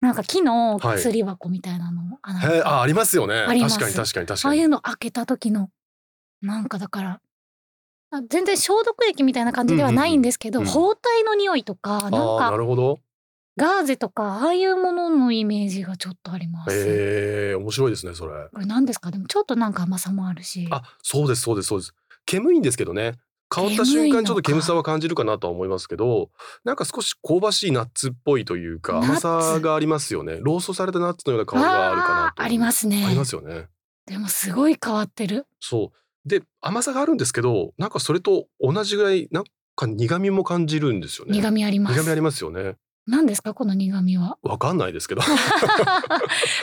Speaker 1: なんか木の薬箱みたいなの、あなん [LAUGHS]
Speaker 2: ねへー
Speaker 1: か
Speaker 2: あありますよね
Speaker 1: あります
Speaker 2: 確かに確かに確
Speaker 1: あ
Speaker 2: か
Speaker 1: あい
Speaker 2: に
Speaker 1: うの開けた時のなんかだからあ全然消毒液みたいな感じではないんですけど、
Speaker 2: うんうんうん
Speaker 1: 包帯の匂いとかなん
Speaker 2: ああな
Speaker 1: か
Speaker 2: るほど
Speaker 1: ガーゼとかああいうもののイメージがちょっとあります。
Speaker 2: へえ面白いですねそれ
Speaker 1: これ何ですかでもちょっとなんか甘さもあるし
Speaker 2: あそうですそうですそうです煙いんですけどね香っ
Speaker 1: 煙
Speaker 2: た
Speaker 1: い
Speaker 2: 瞬
Speaker 1: のか
Speaker 2: 間ちょっと煙さは感じるかなとは思いますけどなんか少し香ばしいナッツっぽいという
Speaker 1: ナ
Speaker 2: か
Speaker 1: ッ
Speaker 2: 甘
Speaker 1: ツ
Speaker 2: さがありますよねローストされたナッツのような香りがあるかな
Speaker 1: あ
Speaker 2: と
Speaker 1: ーありますね
Speaker 2: ありますよね
Speaker 1: でもすごい変わってる
Speaker 2: そうで甘さがあるんですけどなんかそれと同じぐらいなんか苦味も感じるんですよね
Speaker 1: 苦味あります
Speaker 2: 苦味ありますよね
Speaker 1: 何ですかこの苦味は [LAUGHS]
Speaker 2: わかんないですけど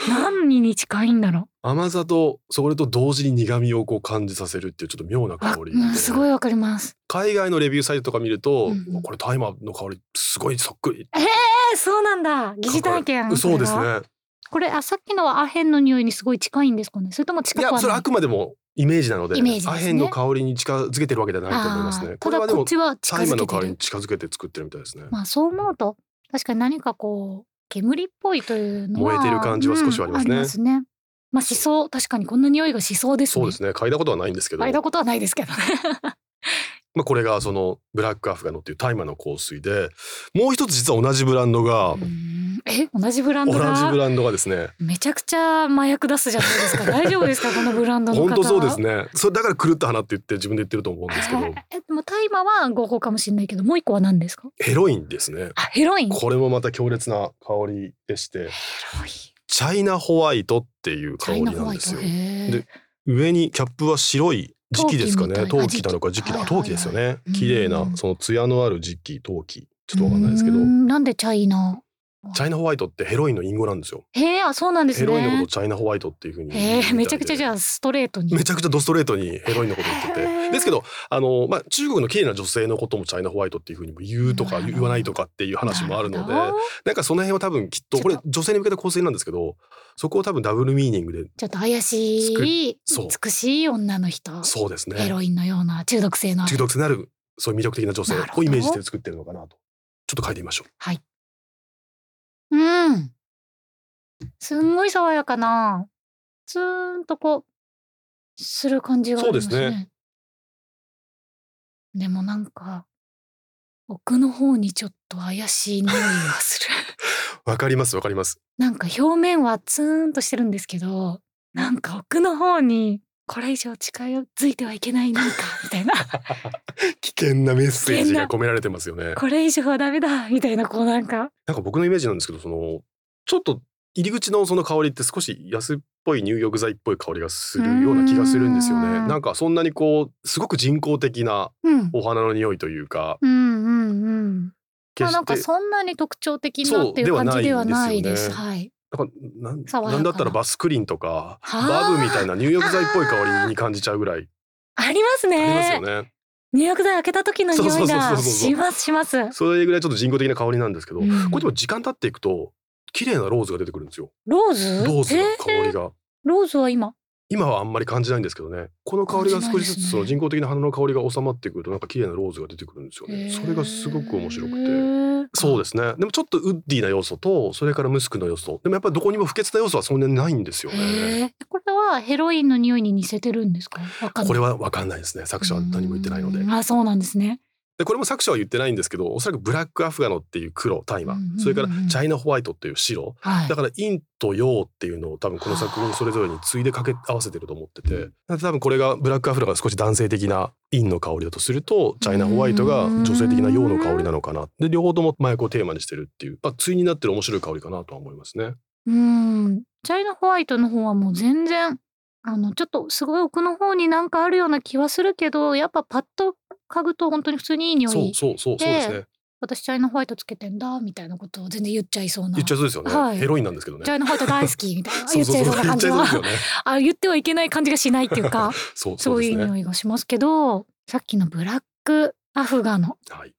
Speaker 1: 何に近いんだろ
Speaker 2: 甘さとそれと同時に苦味をこう感じさせるっていうちょっと妙な
Speaker 1: うあ
Speaker 2: 香りで、
Speaker 1: うんすごいわかります
Speaker 2: 海外のレビューサイトとか見ると、
Speaker 1: うんうん
Speaker 2: これタイマーの香りすごいそっくり
Speaker 1: えーそうなんだ疑似体験
Speaker 2: そうです
Speaker 1: これは
Speaker 2: ね
Speaker 1: これあさっきのはアヘンの匂いにすごい近いんですかねそれとも近く
Speaker 2: い
Speaker 1: はな
Speaker 2: や
Speaker 1: い
Speaker 2: それあくまでもイメージなので
Speaker 1: イメージですね
Speaker 2: アヘンの香りに近づけてるわけではないと思います
Speaker 1: あ
Speaker 2: ね
Speaker 1: ー
Speaker 2: こ
Speaker 1: ただ
Speaker 2: れはで
Speaker 1: こっ
Speaker 2: も
Speaker 1: ちは近
Speaker 2: タイマー
Speaker 1: づけ
Speaker 2: の
Speaker 1: て
Speaker 2: 香り
Speaker 1: る
Speaker 2: に近づけて作ってるみたいですね、
Speaker 1: まあそう思うと確かに何かこう煙っぽいというのは
Speaker 2: 燃えてる感じは少しはありますね
Speaker 1: うんありますねまあしそう確かにこんな匂いがしそうですね
Speaker 2: そうですね嗅いだことはないんですけど
Speaker 1: あれたことはないですけどね
Speaker 2: まあ、これがそのブラックアフガノっていう大麻の香水でもう一つ実は同じブランドが、
Speaker 1: うんえ同じブラン
Speaker 2: 同
Speaker 1: ド
Speaker 2: じブ
Speaker 1: が
Speaker 2: ランドがですね
Speaker 1: めちゃくちゃ麻薬出すじゃないですか大丈夫ですかこのブランドの方
Speaker 2: 本当そうですねそれだから狂った花って言って自分で言ってると思うんです
Speaker 1: [LAUGHS]
Speaker 2: けど
Speaker 1: えでも大麻は合法かもしれないけどもう一個は何ですか
Speaker 2: ヘロインですね
Speaker 1: あヘロイン
Speaker 2: これもまた強烈な香りでして
Speaker 1: ヘロイン
Speaker 2: チャイナホワイトっていう
Speaker 1: チ
Speaker 2: 香
Speaker 1: ャイ
Speaker 2: り
Speaker 1: ナホ
Speaker 2: なん
Speaker 1: ワイ
Speaker 2: で
Speaker 1: ト
Speaker 2: すよ
Speaker 1: へー
Speaker 2: で上にキャップは白い時期ですかね
Speaker 1: 陶
Speaker 2: 陶
Speaker 1: 器み
Speaker 2: 器
Speaker 1: たい
Speaker 2: なのか
Speaker 1: あ時
Speaker 2: 時
Speaker 1: 期
Speaker 2: 期だ
Speaker 1: はい
Speaker 2: 陶器ですよね
Speaker 1: うん
Speaker 2: 綺麗なその艶のある時期陶器ちょっとわかんないですけど
Speaker 1: うーんなんでチャイナ
Speaker 2: チャイナホワイトってヘロインの隠語なんですよ
Speaker 1: へえあそうなんです
Speaker 2: ヘ
Speaker 1: ね
Speaker 2: ロインのことをチャイナホワイトっていうふうに言うみた
Speaker 1: へ
Speaker 2: い
Speaker 1: え
Speaker 2: で
Speaker 1: めちゃくちゃじゃあストレートに
Speaker 2: めちゃくちゃドストレートにヘロインのこと言って
Speaker 1: へー
Speaker 2: てですけどあの、まあ、中国の綺麗な女性のこともチャイナホワイトっていうふうにも言うとか
Speaker 1: なるほど
Speaker 2: 言わないとかっていう話もあるので
Speaker 1: なほど
Speaker 2: なんかその辺は多分きっとこ
Speaker 1: ち
Speaker 2: れ
Speaker 1: ょっ
Speaker 2: 女性に向けた香水なんですけどそこを多分ダブルミーニングで
Speaker 1: ちょっと怪しい
Speaker 2: そう
Speaker 1: 美しい女の人
Speaker 2: そうです
Speaker 1: ヘ
Speaker 2: ね
Speaker 1: ロインのような中毒性のあ
Speaker 2: 中
Speaker 1: る
Speaker 2: 毒性のあるそういう魅力的な女性
Speaker 1: なるほど
Speaker 2: をイメージして作ってるのかなとちょっと書いてみましょう。
Speaker 1: うんすんごい爽やかなツーンとこうする感じがありますね
Speaker 2: そうです
Speaker 1: でもなんか奥の方にちょっと怪しい匂いがする
Speaker 2: わかりますわかります。
Speaker 1: なんか表面はツーンとしてるんですけどなんか奥の方にこれ以上近づいてはいけないなん
Speaker 2: [LAUGHS]
Speaker 1: かみたいな
Speaker 2: 危険なメッセージが
Speaker 1: 危
Speaker 2: 込められてますよね。
Speaker 1: これ以上はダメだみたいなこうなんか
Speaker 2: なんか僕のイメージなんですけどそのちょっと入り口のその香りって少し安っぽい入浴剤っぽい香りがするような気がするんですよ
Speaker 1: うーん
Speaker 2: ね。なんかそんなにこうすごく人工的な
Speaker 1: うん
Speaker 2: お花の匂いというか
Speaker 1: うんうんうんまあ
Speaker 2: 決して
Speaker 1: なんかそんなに特徴的なっていう
Speaker 2: そう
Speaker 1: 感じではない
Speaker 2: ではない
Speaker 1: で
Speaker 2: んですすよね
Speaker 1: はい
Speaker 2: なんかなん
Speaker 1: 爽やかな
Speaker 2: なんだったらバスクリンとか
Speaker 1: はあ
Speaker 2: バブみたいな入浴剤っぽい香りに感じちゃうぐらい
Speaker 1: あります
Speaker 2: ありま
Speaker 1: ね
Speaker 2: すよね。
Speaker 1: 入浴剤開けた時の匂
Speaker 2: そ
Speaker 1: いう
Speaker 2: そうそう
Speaker 1: が
Speaker 2: そうそう
Speaker 1: しますします
Speaker 2: それぐらいちょっと人工的な香りなんですけど、
Speaker 1: うん
Speaker 2: これでも時間経っていくと綺麗なローズが出てくるんですよ。
Speaker 1: ローズ
Speaker 2: ローズの
Speaker 1: えー
Speaker 2: 香りが、
Speaker 1: ローズは今
Speaker 2: 今はあんまり感じないんですけどね。この香りが少しずつその人工的な花の香りが収まってくるとなんか綺麗なローズが出てくるんですよね。それがすごく面白くて。
Speaker 1: て
Speaker 2: そう
Speaker 1: で
Speaker 2: ですね。でもちょっとウッディな要素とそれからムスクの要素。でもやっぱりどこにも不潔な要素はそんなにないんですよね。
Speaker 1: これはヘロインの匂いに似せてるんですかわかんない
Speaker 2: これはわかんないですね。作者は何も言ってないので。
Speaker 1: うんあそうなんですね
Speaker 2: でこれも作者は言ってないんですけどおそらくブラックアフガノっていう黒大麻、
Speaker 1: うんうんうんうん
Speaker 2: それからチャイナホワイトっていう白
Speaker 1: はい
Speaker 2: だ。から陰と陽っていうのを多分この作品それぞれに継いで掛け合わせてると思ってて、なんで多分これがブラックアフロが少し男性的な陰の香りだとするとチャイナホワイトが女性的な陽の香りなのかなで両方とも麻薬をテーマにしてるっていうあ対になってる面白い香りかなとは思いますね。
Speaker 1: うん。チャイナホワイトの方はもう全然、あの、ちょっとすごい奥の方になんかあるような気はするけど、やっぱパッと嗅ぐと本当に普通にいい匂
Speaker 2: そう
Speaker 1: い。
Speaker 2: そうそうそうですね。
Speaker 1: 私チャイナホワイトつけてんだ、みたいなことを全然言っちゃいそうな。
Speaker 2: 言っちゃいそうですよね。
Speaker 1: はい
Speaker 2: ヘロインなんですけどね
Speaker 1: チ。ャイナホワイト大好き、みたいな。
Speaker 2: そ
Speaker 1: 言
Speaker 2: う
Speaker 1: っ
Speaker 2: そう
Speaker 1: ちゃい
Speaker 2: そ
Speaker 1: そううな
Speaker 2: 言っ
Speaker 1: 感
Speaker 2: ち
Speaker 1: じ
Speaker 2: ゃいそう
Speaker 1: は
Speaker 2: です。よね。
Speaker 1: あ、言ってはいけない感じがしないっていうか、
Speaker 2: そう
Speaker 1: す
Speaker 2: [LAUGHS] そ
Speaker 1: ご
Speaker 2: う
Speaker 1: い
Speaker 2: で
Speaker 1: いい
Speaker 2: すね。
Speaker 1: 匂いがしますけど、さっきのブラックアフガノ。
Speaker 2: はい。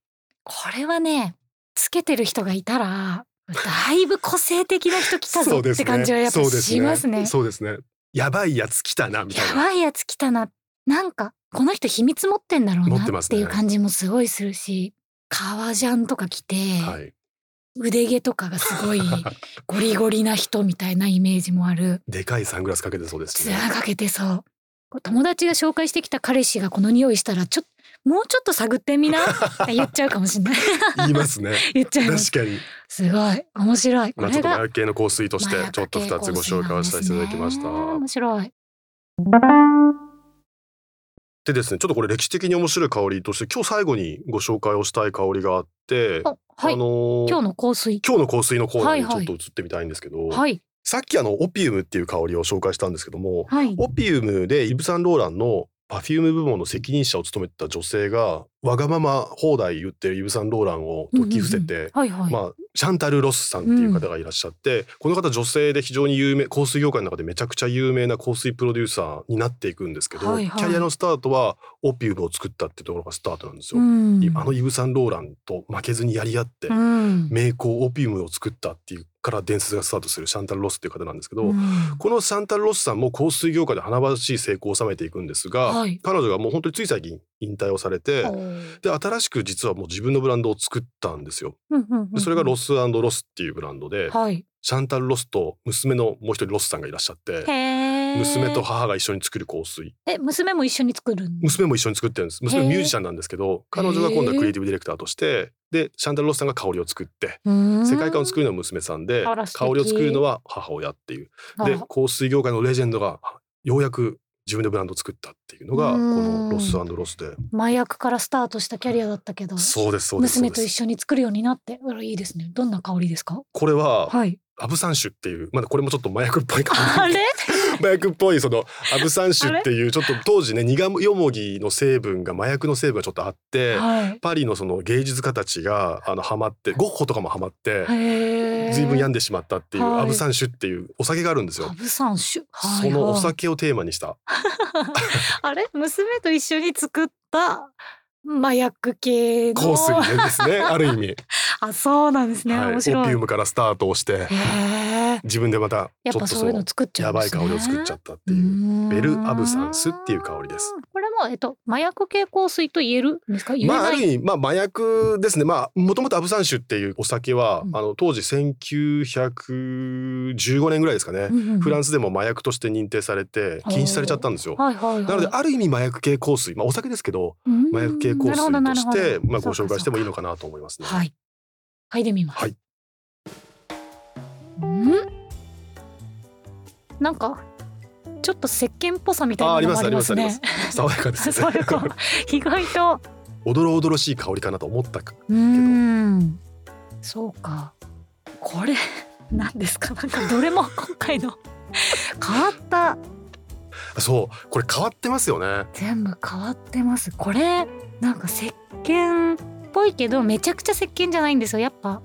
Speaker 1: これはね、つけてる人がいたら、だいぶ個性的な人来たぞって感じはやっぱしますね。
Speaker 2: そうですね。そうですねやばいやつ来たなみたい
Speaker 1: や
Speaker 2: な。
Speaker 1: ばいやつ来たな。なんか、この人秘密持ってんだろう
Speaker 2: 持
Speaker 1: な
Speaker 2: ってま
Speaker 1: っ
Speaker 2: す
Speaker 1: て
Speaker 2: ね
Speaker 1: いう感じもすごいするし、革ジャンとか着て、
Speaker 2: はい。
Speaker 1: 腕毛とかがす
Speaker 2: [LAUGHS]
Speaker 1: ごいゴリゴリな人みたいなイメージもある。
Speaker 2: でかいサングラスかけてそうですし
Speaker 1: ツ
Speaker 2: ね。
Speaker 1: ラかけてそう。友達が紹介してきた彼氏がこの匂いしたら、ちょっと、もうちょっと探ってみなって言っちゃうかもしれない。
Speaker 2: [LAUGHS] 言いますね。
Speaker 1: [LAUGHS] 言っちゃいます。
Speaker 2: 確かに。
Speaker 1: すごい。面白い。こ
Speaker 2: まあ、ち
Speaker 1: れ
Speaker 2: ょっと麻
Speaker 1: が
Speaker 2: 薬系の香水として
Speaker 1: 麻薬
Speaker 2: ちょっと2つご紹介をさせていただきました。
Speaker 1: 面白い。
Speaker 2: でですねちょっとこれ歴史的に面白い香りとして今日最後にご紹介をしたい香りがあって、
Speaker 1: あはい。
Speaker 2: あのー
Speaker 1: 今日の香水。
Speaker 2: 今日の香水のコーナーに
Speaker 1: はい
Speaker 2: ち
Speaker 1: は
Speaker 2: ょ
Speaker 1: い
Speaker 2: っと移ってみたいんですけど、
Speaker 1: はい。
Speaker 2: さっきあのオピウムっていう香りを紹介したんですけども
Speaker 1: はい。
Speaker 2: オピウムでイブ・サンローランのパフューム部門の責任者を務めてた女性がわがまま放題言ってるイブ・サンローランを説き伏せて、
Speaker 1: うんうんうんはいはい。
Speaker 2: まあ、シャンタル・ロスさんっていう方がいらっしゃって、この方女性で非常に有名香水業界の中でめちゃくちゃ有名な香水プロデューサーになっていくんですけど、
Speaker 1: はいはい
Speaker 2: キャリアのスタートはオピウムを作ったってところがスタートなんですよ。
Speaker 1: うん
Speaker 2: あのイブ・サンローランと負けずにやり合って、
Speaker 1: うん
Speaker 2: 名工オピウムを作ったっていうから伝説がスタートするシャンタル・ロスっていう方なんですけど、
Speaker 1: うん
Speaker 2: このシャンタル・ロスさんも香水業界で華々しい成功を収めていくんですが、
Speaker 1: はい
Speaker 2: 彼女がもう本当につい最近引退をされてで新しく実はもう自分のブランドを作ったんですよ。でそれがロ
Speaker 1: ス
Speaker 2: スロスっていうブランドで、
Speaker 1: はい
Speaker 2: シャンタル・ロスと娘のもう一人ロスさんがいらっしゃって
Speaker 1: へー
Speaker 2: 娘と母が一緒に作る香水
Speaker 1: え娘も一緒に作るんだ
Speaker 2: 娘も一緒に作ってるんです娘
Speaker 1: へ
Speaker 2: は
Speaker 1: ー
Speaker 2: ミュージシャンなんですけど彼女が今度はクリエイティブディレクターとしてでシャンタル・ロスさんが香りを作って
Speaker 1: うん
Speaker 2: 世界観を作るのは娘さんで
Speaker 1: あら
Speaker 2: 香
Speaker 1: 素敵
Speaker 2: りを作るのは母親っていう
Speaker 1: あ
Speaker 2: で香水業界のレジェンドがようやく自分でブランドを作ったっていうのが
Speaker 1: う
Speaker 2: こ
Speaker 1: ん
Speaker 2: のロスロスで
Speaker 1: 麻薬からスタートしたキャリアだったけど
Speaker 2: そうですそうですそう
Speaker 1: 娘
Speaker 2: で
Speaker 1: と一
Speaker 2: す
Speaker 1: 緒に作るようになってあらいいですねどんな香りですか
Speaker 2: これは
Speaker 1: はい
Speaker 2: アブサンシュっていうまだこれもちょっと麻薬っぽい感じ
Speaker 1: あ [LAUGHS] れ
Speaker 2: 麻薬っぽいそのアブサンシュっていうちょっと当時ねニガヨモギの成分が麻薬の成分がちょっとあって
Speaker 1: はい
Speaker 2: パリのその芸術家たちがあのハマってゴッホとかもハマって
Speaker 1: へー
Speaker 2: 随分病んでしまったっていう
Speaker 1: はい
Speaker 2: アブサンシュっていうお酒があるんですよ
Speaker 1: ハ。ブさん酒はい
Speaker 2: そのお
Speaker 1: はい
Speaker 2: 酒をテーマにした
Speaker 1: あれ娘と一緒に作った麻薬系の
Speaker 2: 香水です
Speaker 1: [LAUGHS]
Speaker 2: ねある意味、
Speaker 1: あそうなんですね、
Speaker 2: はい、オ
Speaker 1: 面
Speaker 2: ピ
Speaker 1: 白い
Speaker 2: ウムからスタートをして
Speaker 1: へえ
Speaker 2: 自分でまた
Speaker 1: やっ
Speaker 2: ちょ
Speaker 1: ぱ
Speaker 2: っと
Speaker 1: そ
Speaker 2: そう
Speaker 1: いうの
Speaker 2: の
Speaker 1: 作っちゃ
Speaker 2: や
Speaker 1: うん
Speaker 2: ば
Speaker 1: で
Speaker 2: い
Speaker 1: すね
Speaker 2: 香りを作っちゃったって
Speaker 1: う
Speaker 2: いう。
Speaker 1: ーん
Speaker 2: ベルアブサンスっていう香りです
Speaker 1: これもえっと麻薬系香水と言えるんですか言え
Speaker 2: まあ、あ
Speaker 1: な
Speaker 2: る
Speaker 1: い、
Speaker 2: 意味、まあ、麻薬ですね。まあ、もともとアブサンシュっていうお酒は、
Speaker 1: うん
Speaker 2: あの、当時1915年ぐらいですかね。フラ
Speaker 1: ン
Speaker 2: ンスでも麻薬として認定されて、禁止されちゃったんですよ。
Speaker 1: はいはいはい、
Speaker 2: なので、ある意味麻薬系香水、まあ、お酒ですけど、
Speaker 1: うん
Speaker 2: 麻薬系香
Speaker 1: なるほど
Speaker 2: 水と
Speaker 1: な
Speaker 2: し
Speaker 1: る
Speaker 2: て
Speaker 1: ほ、ど
Speaker 2: まあ、ご紹介してもいいの
Speaker 1: そ
Speaker 2: かなと思います
Speaker 1: う
Speaker 2: ね
Speaker 1: か。そうかはい嗅いでみます
Speaker 2: はい
Speaker 1: うんなんかちょっと石鹸っぽさみたい
Speaker 2: あ、
Speaker 1: な
Speaker 2: あり
Speaker 1: のも
Speaker 2: ま
Speaker 1: あ
Speaker 2: す、あ
Speaker 1: り
Speaker 2: り
Speaker 1: ま
Speaker 2: ます、
Speaker 1: す
Speaker 2: あり
Speaker 1: ね
Speaker 2: ます。爽やかです
Speaker 1: [LAUGHS] そうい
Speaker 2: ね
Speaker 1: う。か
Speaker 2: [LAUGHS]
Speaker 1: 意外と
Speaker 2: おどろおどろしい香りかなと思ったか。
Speaker 1: うーんそうかこれ何ですかなんかどれも今回の変わった
Speaker 2: そう、これ変わってますよね。
Speaker 1: 全部変わってますこれなんか石鹸っぽいけどめちゃくちゃ石鹸じゃないんですよやっぱ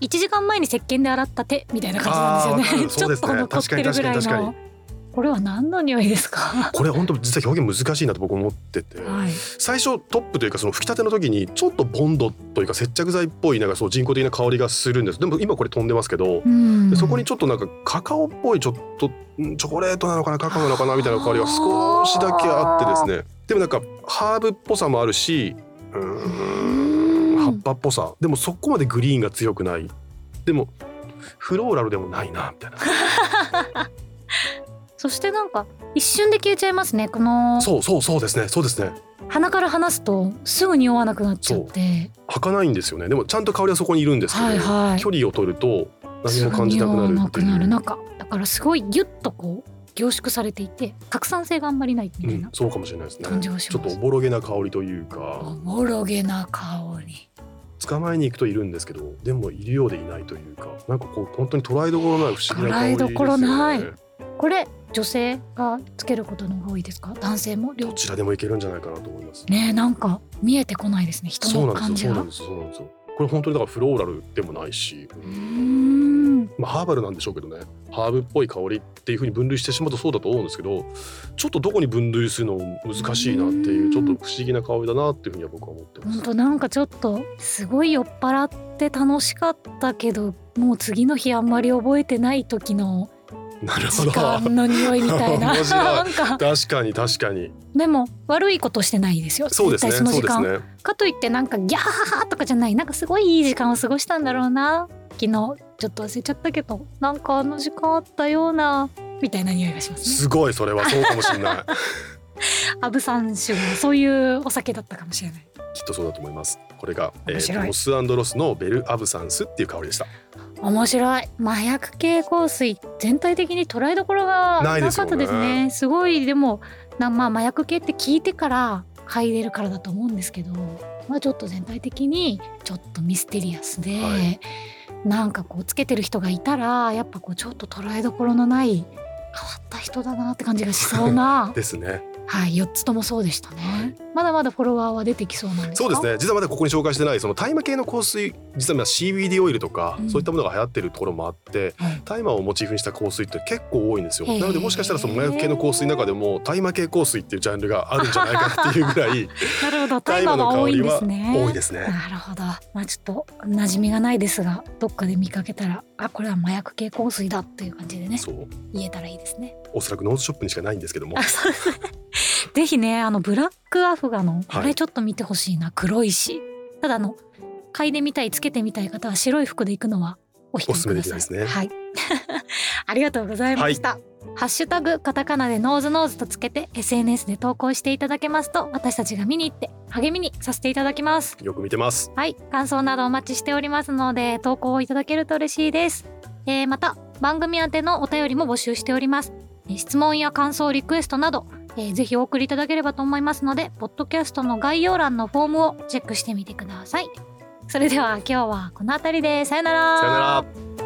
Speaker 1: 1時間前に石鹸で洗った手みたいな感じなんですよね [LAUGHS]
Speaker 2: あー
Speaker 1: ちょっと
Speaker 2: わか
Speaker 1: 残
Speaker 2: る
Speaker 1: っ
Speaker 2: そ
Speaker 1: て
Speaker 2: うで
Speaker 1: る
Speaker 2: す
Speaker 1: ぐ
Speaker 2: ね
Speaker 1: らい
Speaker 2: 確かに確か
Speaker 1: のこれは何の匂いですか
Speaker 2: これ本当実は表現難しいなと僕思ってて。
Speaker 1: はい
Speaker 2: 最初トップというかその吹き立ての時にちょっとボンドというか接着剤っぽいなんかそう人工的な香りがするんですでも今これ飛んでますけど、
Speaker 1: うん
Speaker 2: でそこにちょっとなんかカカオっぽいちょっとんチョコレートなのかなカカオなのかなみたいな香りが少しだけあってですねでもなんかハーブっぽさもあるしうーん
Speaker 1: うん
Speaker 2: 葉っぱっぽさでもそこまでグリーンが強くないでもフローラルでもないなみたいな
Speaker 1: そしてなんか一瞬で消えちゃいますねこの
Speaker 2: そうそうそうですねそうですね
Speaker 1: 鼻から離すとすぐ匂わなくなっちゃって
Speaker 2: 履かないんですよねでもちゃんと香りはそこにいるんですけど、
Speaker 1: はいはい
Speaker 2: 距離を取ると何も感じな
Speaker 1: すぐ匂
Speaker 2: くな
Speaker 1: わ
Speaker 2: る
Speaker 1: な
Speaker 2: って
Speaker 1: く
Speaker 2: い
Speaker 1: なる
Speaker 2: う、
Speaker 1: なんかだからすごいギュッとこう凝縮されていて拡散性があんまりないみ
Speaker 2: う
Speaker 1: たい
Speaker 2: ん
Speaker 1: な、、
Speaker 2: そうかもしれないですね
Speaker 1: 感じがし
Speaker 2: ちょ
Speaker 1: ま
Speaker 2: っ
Speaker 1: す
Speaker 2: とおぼろげな香りというか
Speaker 1: おぼろげな香り
Speaker 2: 捕まえに行くといるんですけどでもいるようでいないというかなんかこう本当に捉えどころない不思議な香りですよね
Speaker 1: 捉えどころないこれ女性がつけることの方が多いですか男性も両
Speaker 2: どちらでもいけるんじゃないかなと思います
Speaker 1: ねえなんか見えてこないですね人
Speaker 2: そう
Speaker 1: の
Speaker 2: なん
Speaker 1: 感
Speaker 2: です
Speaker 1: じ
Speaker 2: よそう
Speaker 1: が
Speaker 2: なん
Speaker 1: う
Speaker 2: ですよそうなんですよこれ本当にだからフローラルでもないし、
Speaker 1: ーん
Speaker 2: まあ、ハーバルなんでしょうけどねハーブっぽい香りっていうふうに分類してしまうとそうだと思うんですけどちょっとどこに分類するのも難しいなっていううんちょっと不思議な香りだなっていうふうには僕は思ってま
Speaker 1: ほ
Speaker 2: す
Speaker 1: ん。となんかちょっとすごい酔っ払って楽しかったけどもう次の日あんまり覚えてない時の
Speaker 2: なるほ
Speaker 1: 時
Speaker 2: ど
Speaker 1: 間の匂いみたいな
Speaker 2: [LAUGHS] 面白い
Speaker 1: なん [LAUGHS] か
Speaker 2: 確かに確かに
Speaker 1: でも悪いことしてないですよ
Speaker 2: そうですね
Speaker 1: 絶対
Speaker 2: そ
Speaker 1: そうの時
Speaker 2: です
Speaker 1: 間、
Speaker 2: ね
Speaker 1: かといってなんかギャーハハとかじゃないなんかすごいいい時間を過ごしたんだろうな昨日ちょっと忘れちゃったけどなんかあの時間あったようなみたいな匂いがしますね
Speaker 2: すごいそれはそうかもしれない [LAUGHS]
Speaker 1: アブサン酒もそういうお酒だったかもしれない
Speaker 2: きっとそうだと思いますこれが、え
Speaker 1: 面白
Speaker 2: ー、
Speaker 1: い
Speaker 2: モスロスのベルアブサンスっていう香りでした
Speaker 1: 面白い麻薬系香水全体的に捉えどころが
Speaker 2: ないで
Speaker 1: な
Speaker 2: す
Speaker 1: か
Speaker 2: よ
Speaker 1: っ
Speaker 2: ね
Speaker 1: たですねすごいでもなまあ麻薬系って聞いてから嗅いでるからだと思うんですけど、まあ、ちょっと全体的にちょっとミステリアスで、
Speaker 2: はい
Speaker 1: なんかこうつけてる人がいたらやっぱこうちょっと捉えどころのない変わった人だなって感じがしそう
Speaker 2: [LAUGHS]
Speaker 1: な
Speaker 2: ですね
Speaker 1: はい4つともそうでしたね、まだまだフォロワーは出てきそうなんですか
Speaker 2: そうですね実はまだここに紹介してないその大麻系の香水実はまあ CBD オイルとか、
Speaker 1: うん
Speaker 2: そういったものが流行ってるところもあって
Speaker 1: はい
Speaker 2: 大麻をモチーフにした香水って結構多いんですよ
Speaker 1: へー
Speaker 2: なのでもしかしたらその麻薬系の香水の中でも大麻系香水っていうジャンルがあるんじゃないかなっていうぐらい
Speaker 1: なるほど [LAUGHS] 大麻は多いんですね
Speaker 2: 多いですね
Speaker 1: なるほど。まあちょっと馴染みがないですが、どっかで見かけたら、あこれは麻薬系香水だっていう感じでね
Speaker 2: そう
Speaker 1: 言えたらいいですね。
Speaker 2: おそらくノーズショップにしかないんですけど
Speaker 1: [LAUGHS]
Speaker 2: も
Speaker 1: あそうですね。ぜひねあのブラックアフガのこ
Speaker 2: はい
Speaker 1: れちょっと見てほしいな、黒いし。ただあの嗅いでみたいつけてみたい方は白い服で行くのはお控えください。
Speaker 2: おすすめできないですね
Speaker 1: はい。 [LAUGHS] ありがとうございました。ハッシュタグカタカナでノーズノーズとつけて SNS で投稿していただけますと私たちが見に行って励みにさせていただきます。
Speaker 2: よく見てます
Speaker 1: はい、感想などお待ちしておりますので投稿をいただけると嬉しいです。えーまた番組宛てのお便りも募集しております。えー質問や感想リクエストなど、えーぜひお送りいただければと思いますのでポッドキャストの概要欄のフォームをチェックしてみてください。それでは今日はこの辺りでさよなら
Speaker 2: さよなら